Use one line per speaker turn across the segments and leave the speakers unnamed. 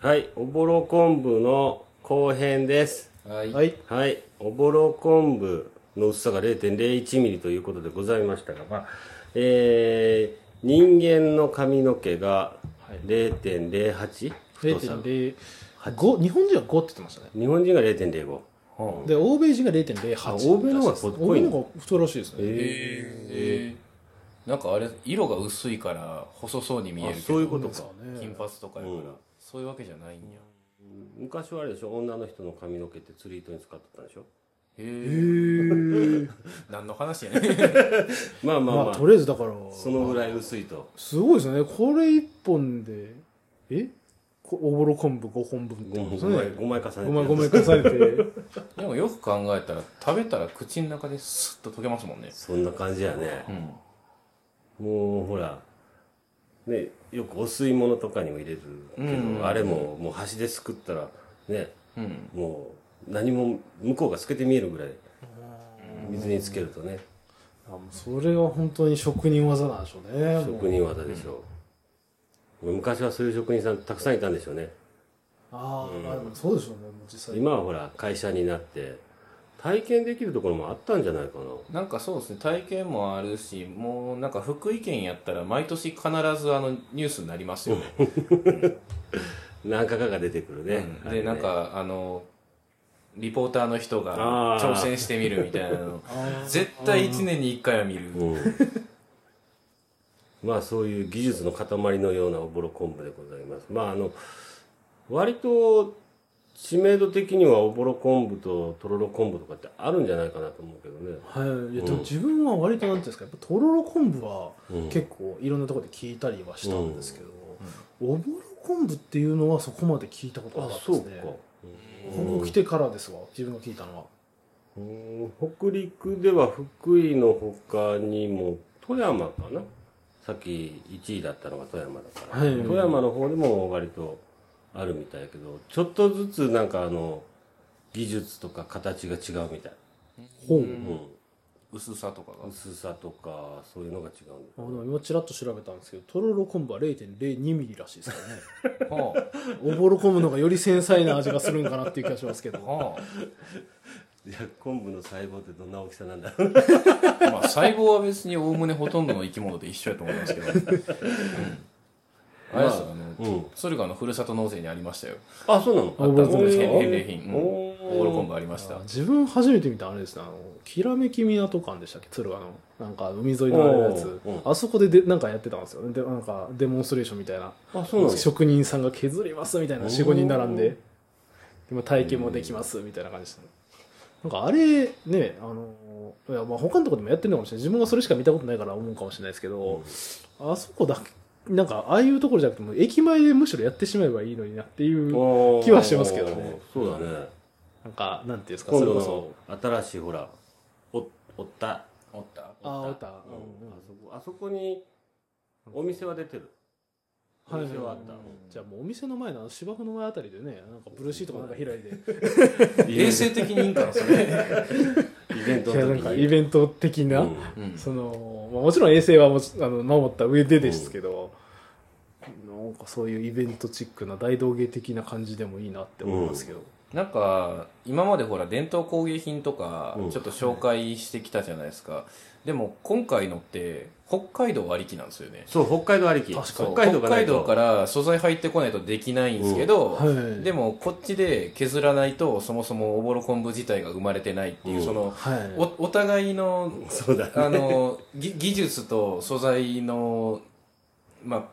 はい、おぼろ昆布の後編です。
はい。。
はいい。
はい、おぼろ昆布の薄さが0.01ミリということでございましたが、まあえー人間の髪の毛が0.08太さ、
0.05、日本人は5って言ってましたね。
日本人が0.05。
で、欧米人が0.08。
あ欧米の方が濃いの
欧米の方が太らしいですね。
えーなんかあれ、色が薄いから細そうに見えるけ
あ
ど。
そういうことか
金髪とかやから、
うん
そういうわけじゃないんや。
昔はあれでしょ女の人の髪の毛って釣り糸に使ってたんでしょ
へえ。何の話や ねん。
まあまあまあ、
まあ、とりあえずだから、
そのぐらい薄いと。
すごいですね。これ1本で、えこおぼろ昆布5本分ってことです
5枚
ね。
五枚重ねて
ごめんごめん、重ね て。
でもよく考えたら、食べたら口の中でスッと溶けますもんね。
そんな感じやね。
うん。
もうほら、ね、よくお吸い物とかにも入れるけど、あれももう端ですくったら、ね、
うん。
もう何も向こうが透けて見えるぐらい、水につけるとね、
あもうそれは本当に職人技なんでしょうね。もう
職人技でしょう。昔はそういう職人さんたくさんいたんでしょうね。
あー、まあ、でもそうでしょうね、もう実際。
今はほら、会社になって、体験できるところもあったんじゃないかな。
なんかそうですね、体験もあるし、もうなんか福井県やったら毎年必ずあのニュースになりますよね。
何かかが出てくるね。
うん
あれ
で、
ね
なん、かあの、リポーターの人
あ
が
ー
挑戦してみるみたい なの
あ。
絶対1年に1回は見る。
うん。 まあそういう技術の塊のようなおぼろ昆布でございます。まああの、割と知名度的にはおぼろ昆布ととろろ昆布とかってあるんじゃないかなと思うけどね。
はい、いやで
うん
も自分は割となんていうんですかやっぱとろろ昆布は
うん
結構いろんなところで聞いたりはしたんですけど、おぼろ昆布っていうのはそこまで聞いたことなかったですねここ来てからですわ自分が聞いたのは
うん北陸では福井の他にも富山かなさっき1位だったのが富山だから、
はい
富山の方でも割とあるみたいやけどちょっとずつなんかあの技術とか形が違うみたい、
本、
うん、
薄さとかが。
薄さとかそういうのが違うんだ
あでも今ちらっと調べたんですけどとろろ昆布は0 0 2ミリらしいですからね
はあ
おぼろ昆布の方がより繊細な味がするんかなっていう気がしますけど
は
じゃあ昆布の細胞ってどんな大きさなんだろう
あまあ、細胞は別におおむねほとんどの生き物と一緒やと思いますけど、うん、あれですよ、あの
うん
それがあのふるさと納税にありましたよ
あそうなの
あおぼろ昆布ですか
返礼品うん
おー
オールコンボありました
あ自分初めて見たあれですねあのきらめき港館でしたっけ鶴ヶのなんか海沿いのあれのやつ、
おううん
あそこででなんかやってたんですよねでなんかデモンストレーションみたいな
あそうなの
職人さんが削りますみたいな
おー
45人並んで今体験もできますみたいな感じでしたねなんかあれねあのいやまあ他のとこでもやってるのかもしれない自分がそれしか見たことないから思うかもしれないですけど、あそこだけなんかああいうところじゃなくてもう駅前でむしろやってしまえばいいのになっていう
おー
気はしてますけどね
そうだね
なんかなんていうんですか
今
それ
度
こそ
の新しいほらおおった、
おった
あ
お
お
っ
ったた、
うんあそこあそこにお店は出てるお店はあった、
じゃあもうお店の前のあの芝生の前あたりでねなんかブルーシートかなんか開いて
衛生的にいいんかなそれ、
イベント
いや
の
なん
時
か
に
イベント的な、
うん
うん
その、まあ、もちろん衛生はもちあの守った上でですけど、なんかそういうイベントチックな大道芸的な感じでもいいなって思いますけど、
なんか今までほら伝統工芸品とか
うん
ちょっと紹介してきたじゃないですか、でも今回のって北海道ありきなんですよね
そう北海道ありき
確
そう
北海道が
北
ない
海
と
道から素材入ってこないとできないんですけど、
はい
でもこっちで削らないとそもそもおぼろ昆布自体が生まれてないってい
う
う、
ん
その
はい
おお互いの
そうだね
あの ぎ技術と素材のま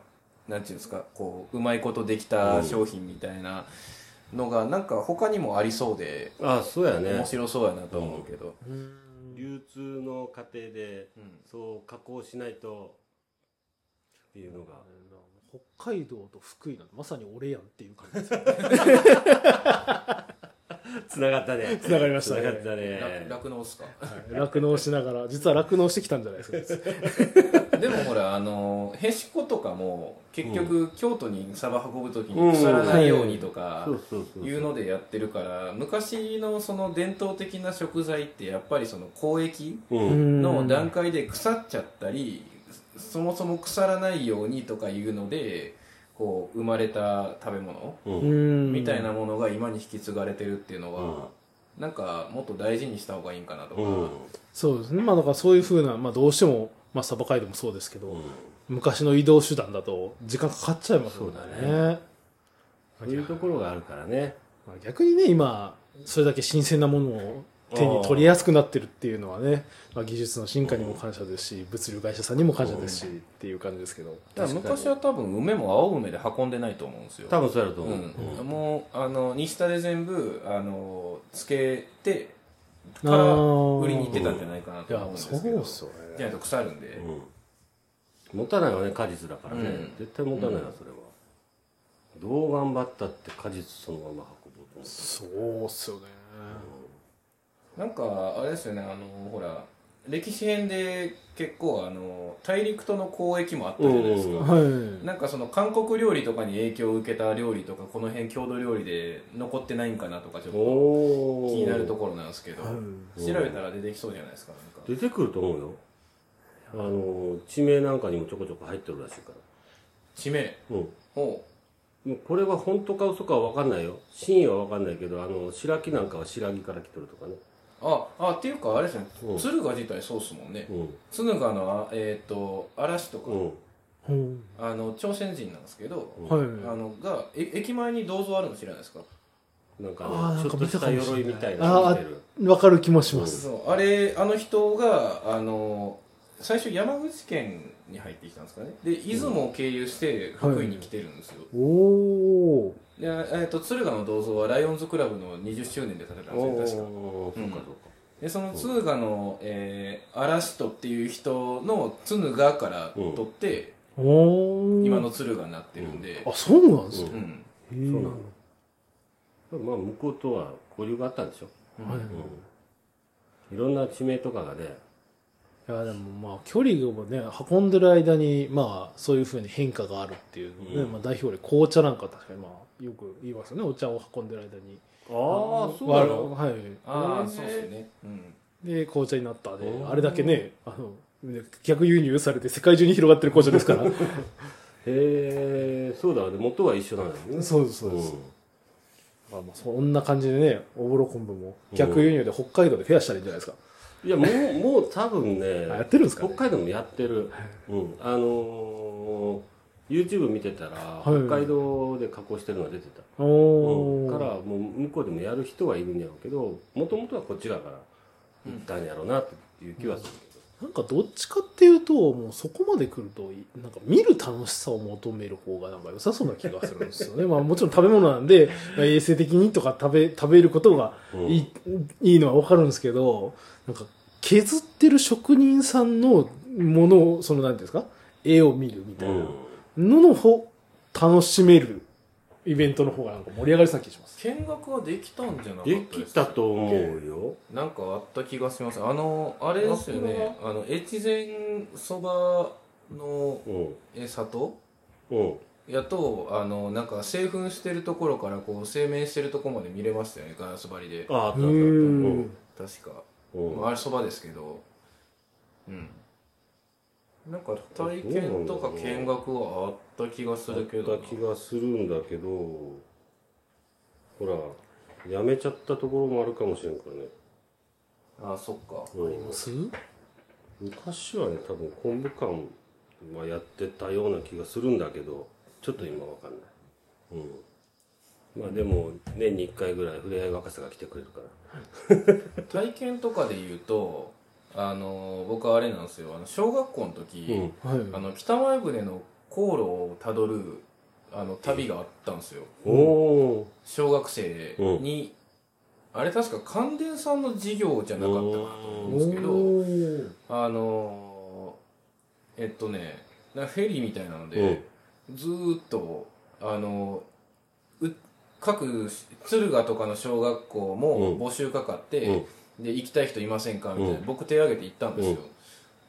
あなんていうんですかこううまいことできた商品みたいなのがなんか他にもありそうで
あそうやね
面白そうやなと思うけど、
流通の過程で
うん
そう加工しないとっていうのが
北海道と福井なんてまさに俺やんっていう感じですよ
つながったね
繋がりまし
つな
たね
がったね
楽楽能っすか
酪農しながら実は酪農してきたんじゃないですか
でもほらあのへしことかも結局、京都にサバ運ぶ時
うん
に腐らないようにとか、
そうそうそう
いうのでやってるから昔のその伝統的な食材ってやっぱりその交易
うん
の段階で腐っちゃったりそもそも腐らないようにとかいうのでここう生まれた食べ物
うん
みたいなものが今に引き継がれてるっていうのは、なんかもっと大事にした方がいいんかなとか、
うん
そうですねまあだからそういうふうな、まあ、どうしても、まあ、サバ街道もそうですけど、昔の移動手段だと時間かかっちゃいますもんね
そうそういうところがあるからね
まあ逆にね今それだけ新鮮なものを手に取りやすくなってるっていうのはね、まあ、技術の進化にも感謝ですし物流会社さんにも感謝ですしっていう感じですけど
だから昔は多分梅も青梅で運んでないと思うんですよ
多分そうやると思う、
うんもうあの西田で全部あのつけてか
あ
ら
ー
売りに行ってたんじゃないかなと
い
思
や
うんです
そう
けど
っすよ
じゃない
ね
と腐るんで、
うん持たないよね果実だからね、
うん
絶対持たないなそれは、どう頑張ったって果実そのまま運ぼうと思
そうっすよね
なんかあれですよねあのほら歴史編で結構あの大陸との交易もあったじゃないですか、
うんうん
はい
なんかその韓国料理とかに影響を受けた料理とかこの辺郷土料理で残ってないんかなとかちょっ
う
と
おお
気になるところなんですけど
うん
調べたら出てきそうじゃないですかなんか
出てくると思うよあの地名なんかにもちょこちょこ入ってるらしいか
地名
らうん
を
もうこれは本当か嘘かは分かんないよ真意は分かんないけどあの白木なんかは白木から来てるとかね
ああっていうかあれですね
うん
敦賀自体そうっすもんね
う
敦賀のあえっ、と嵐とか、
んうん
うん
あの朝鮮人なんですけど、
うん
あ
はい
のがえ駅前に銅像あるの知らないですか
なんか,、
あーなん
ち
か
ょっとした鎧みたいな
あ
の
ー
してる
わかる気もします、
そうあれあの人があの最初山口県に入ってきたんですかねで出雲を経由して福井に来てるんですよ、
おお
でえっと敦賀の銅像はライオンズクラブの20周年で建てたん
お
ですよ確
ーそ
か
うかそうか、
でその敦賀の、えー、嵐人っていう人の敦賀から取って、
おー
今の敦賀になってるんで
あ、そうなんです
う
ね。
ん、
そうな
へ
のまあ向こうとは交流があったんでしょ、
えはい
いろんな地名とかがね
いやでもまあ距離をね運んでる間にまあそういうふうに変化があるっていうのね、
うん
まあ、代表で紅茶なんか確かにまあよく言いますよねお茶を運んでる間に
ああ
はい
ああそうですね、うん、
で紅茶になったで
おー
あれだけねあの逆輸入されて世界中に広がってる紅茶ですから
へえそうだね元は一緒なんだよね
そうですそうです、
ん
まあまあそんな感じでねおぼろ昆布も逆輸入で北海道でフェアしたらいいんじゃないですか、
いやもうもう多分ね
あやってるんですかね
北海道もやってる、うん、あのー YouTube 見てたら
い
北海道で加工してるのが出てた、
お
うん、
お
からもう向こうでもやる人はいるんやろうけどもともとはこっちだから行ったんやろうなっていう気はする
なんかどっちかっていうともうそこまで来るとなんか見る楽しさを求める方がなんか良さそうな気がするんですよね まあもちろん食べ物なんで、まあ衛生的にとか食べ食べることが
けど、うん
いい,、いいのは分かるんですけどなんか削ってる職人さんのものをその何ていうんですか絵を見るみたいなのの方楽しめるイベントの方がなんか盛り上がりそうな気がします。
見学はできたんじゃなかった
で
です
きたと思うよ
なんかあった気がしますあのあれですよねあの越前そばの
うん
え里
うん
やとあのなんか製粉してるところからこう製麺してるところまで見れましたよねガラス張りで
あああったあったあった
う
うん
ん
確か、
うん
まあ、あれそばですけどうんなんか体験とか見学はあった気がするけ
あ
ど
った気がするんだけどほらやめちゃったところもあるかもしれんからね、
ああそっか
うん昔はね多分昆布館はやってたような気がするんだけどちょっと今わかんないうんまあでも年に1回ぐらいふれあい若さが来てくれるから
体験とかで言うとあの僕はあれなんですよあの小学校の時、
うん
はい
あの北前船の航路をたどるあの旅があったんですよ
おお
小学生に、あれ確か関電さんの授業じゃなかったかなと思うんですけど
おー
あのーえっとねなフェリーみたいなの
ーうん
で、ずーっとあのう各敦賀とかの小学校も
うん
募集かかって、で行きたい人いませんかみたいな、
うん
僕手挙げて行ったんですよ、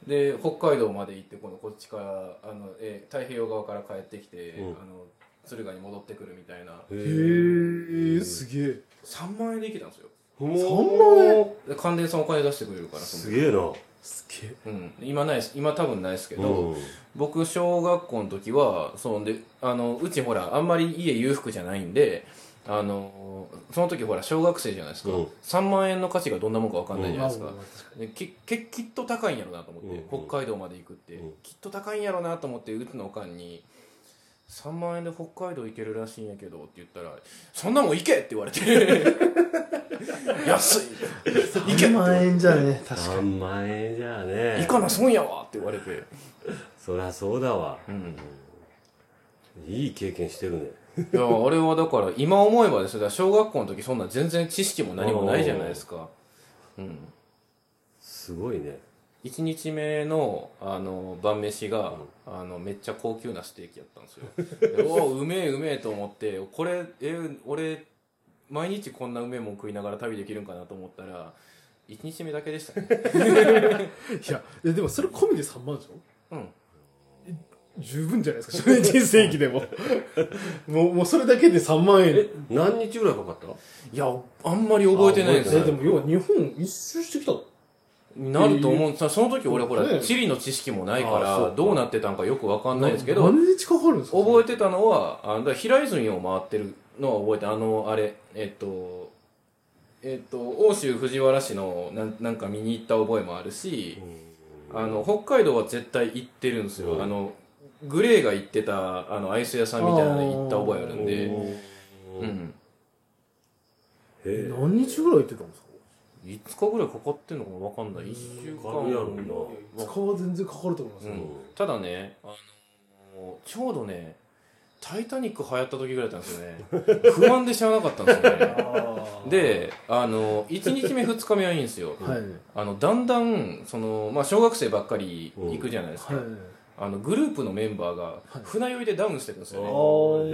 で北海道まで行ってこのこっちからあの、えー太平洋側から帰ってきて、
うん
あの敦賀に戻ってくるみたいな
へ
へえすげえ
3万円で行けたんですよ
3
そん
で
な
関電さんお金出してくれるからその
すげえな
すげえ
うん、今ないです今多分ないですけど、
うん
僕小学校の時はそんであのうちほらあんまり家裕福じゃないんであのその時ほら小学生じゃないですか、
うん
3万円の価値がどんなもんか分かんないじゃないですか、
まあまあ
できききっと高いんやろなと思って、
うんうん
北海道まで行くって、
うん
きっと高いんやろなと思ってうちのおかんに「3万円で北海道行けるらしいんやけど」って言ったら「そんなもん行け!」って言わ れて「安い行け
3万円じゃね確かに
3万円じゃあね
行かな損やわ!」って言われて、
そりゃそうだわ
うん、
いい経験してるね
いやあれはだから今思えばですよだから小学校の時そんな全然知識も何もないじゃないですか、うん、
すごいね
1日目のあの晩飯が、あのめっちゃ高級なステーキやったんですよでおおうめえうめえと思ってこれえ俺毎日こんなうめえもん食いながら旅できるんかなと思ったら1日目だけでしたね
いやえでもそれ込みで3万でしょ
うん
十分じゃないですか初年人生紀でももうもうそれだけで3万円
え何日ぐらいかかった
いやあんまり覚えてないんです
え
よ
でも要は日本一周してきた
なると思うんですその時俺ほら、
ね
地理の知識もないか
あそう
ら
か
どうなってたんかよくわかんないですけど
何日かかるんですか
覚え
え
てたのはあのだから平泉を回ってるのは覚えてあのあれえっとえっと奥州藤原市のなんなんか見に行った覚えもあるしあの北海道は絶対行ってるんですよ、
うん
あのグレーが行ってたあのアイス屋さんみたいなのに行った覚えあるんでう
うん
ん
へえ
何日ぐらい行ってたんですか
5日ぐらいかかってんのかわかんない1週間
かかるやろな
5日は全然かかると思います
う
よ、
んただね、あのーちょうどね「タイタニック」流行った時ぐらいだったんですよね不安で知らなかったんですよね
あー
であの1日目2日目はいいんですよ
はい
あのだんだんその、まあ、小学生ばっかり行くじゃないですか、
はい
あのグループのメンバーが
はい
船酔いでダウンしてるんですよね、
ー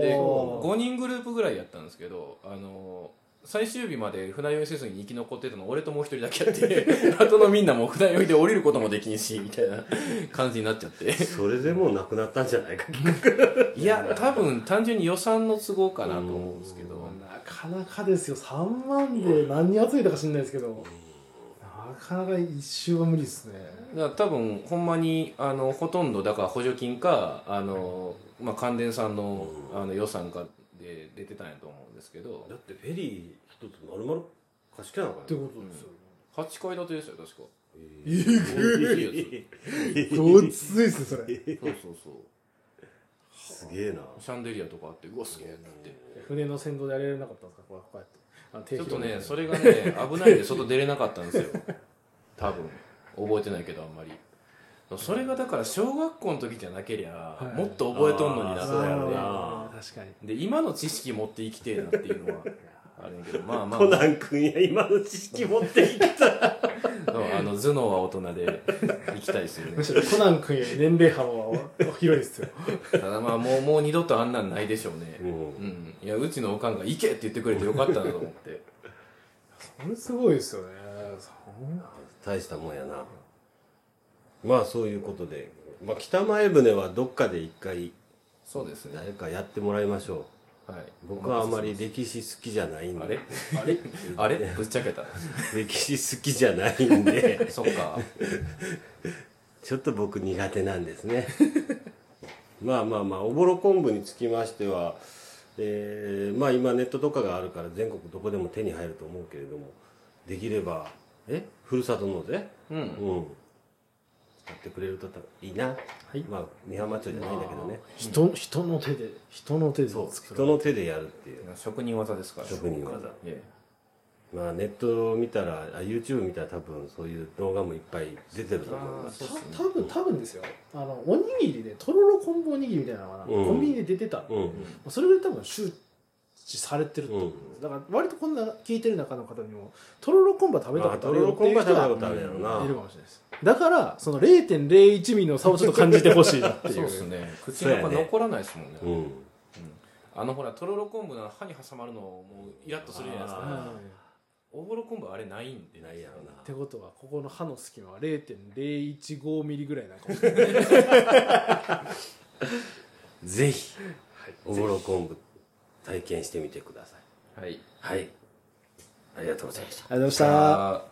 で
そ
5人グループぐらいやったんですけどあの最終日まで船酔いせずに生き残ってたの俺ともう一人だけやって あとのみんなもう船酔いで降りることもできんしみたいな感じになっちゃって
それでもうなくなったんじゃないか
いや多分単純に予算の都合かなと思うんですけど
なかなかですよ3万で何人集めたか知んないですけどなかなか一周は無理ですね
だから多分ほんまにあのほとんどだから補助金かあの、まあ、関電さんのあの予算かで出てたんやと思うんですけど
だってフェリー一つ丸々貸してなのか
ってことですよ
8階建てですよ確か
え
どっついっすねそれ
そうそうそう
すげえな
シャンデリアとかあってうわすげえって
船の先導でやれなかったんですかこうこうやってあの手
ちょっとね
広
それがね危ないんで外出れなかったんですよ多分覚えてないけどあんまりそれがだから小学校の時じゃなけりゃ、
い
もっと覚えとんのにな
あーそ
って
げて
た
うや
よ
ろ
ね
な
あー確かに
で今の知識持って生きてえなっていうのはあるんやけどまあまあ
コナン君や今の知識持ってきた
そうあの頭脳は大人で行きたいですよ
む
ね
しろコナン君より年齢幅は広いですよ
ただまあもうもう二度とあんなんないでしょうね
も
うんいやうちのおかんが「行け!」って言ってくれてよかったなと思って
それすごいですよね
大したもんやなまあそういうことで、まあ、北前船はどっかで一回
そうですね
誰かやってもらいましょ
はい
うん僕はあまり歴史好きじゃないん
あ
で
れあれ あれぶっちゃけた
歴史好きじゃないんで
そっか
ちょっと僕苦手なんです ねまあまあまあおぼろ昆布につきましては、えーまあ今ネットとかがあるから全国どこでも手に入ると思うけれどもできればえふるさと納税
うん
うん使ってくれるといいな、
い
まあ美浜町じゃないんだけどね、
人人の手で人の手で
そう
作
人
る
の手でやるっていう
職人技ですから
職人技
え
まあネットを見たらあ YouTube 見たら多分そういう動画もいっぱい出てると思います
そうっすね
た多分多分ですよあのおにぎりでとろろ昆布おにぎりみたいなのがな、
うん
コンビニで出てた、
うん
それぐらい多分周知されてると思うん
う
です、だから割とこんな聞いてる中の方にもとろろ昆布は食べた
ま
こ
あ
とあ
と
る
ろろ
よって
昆
いう
布は食
人
べた
は
ことあるやろない
るかもしれないですだからその0.01ミリの差をちょっと感じてほしいなって
え
いう
そうですね口の中残らないですもんね
うん
あのほらとろろ昆布の歯に挟まるのもうイラッとするじゃないです
あ
か
はい
おぼろ昆布あれないんで
ないやろな
ってことはここの歯の隙間は0.015ミリぐらいなんかもしれない
ぜひ、おぼろ昆布体験してみてください。
はい
はい。ありがとうございました。
ありがとうございました
あー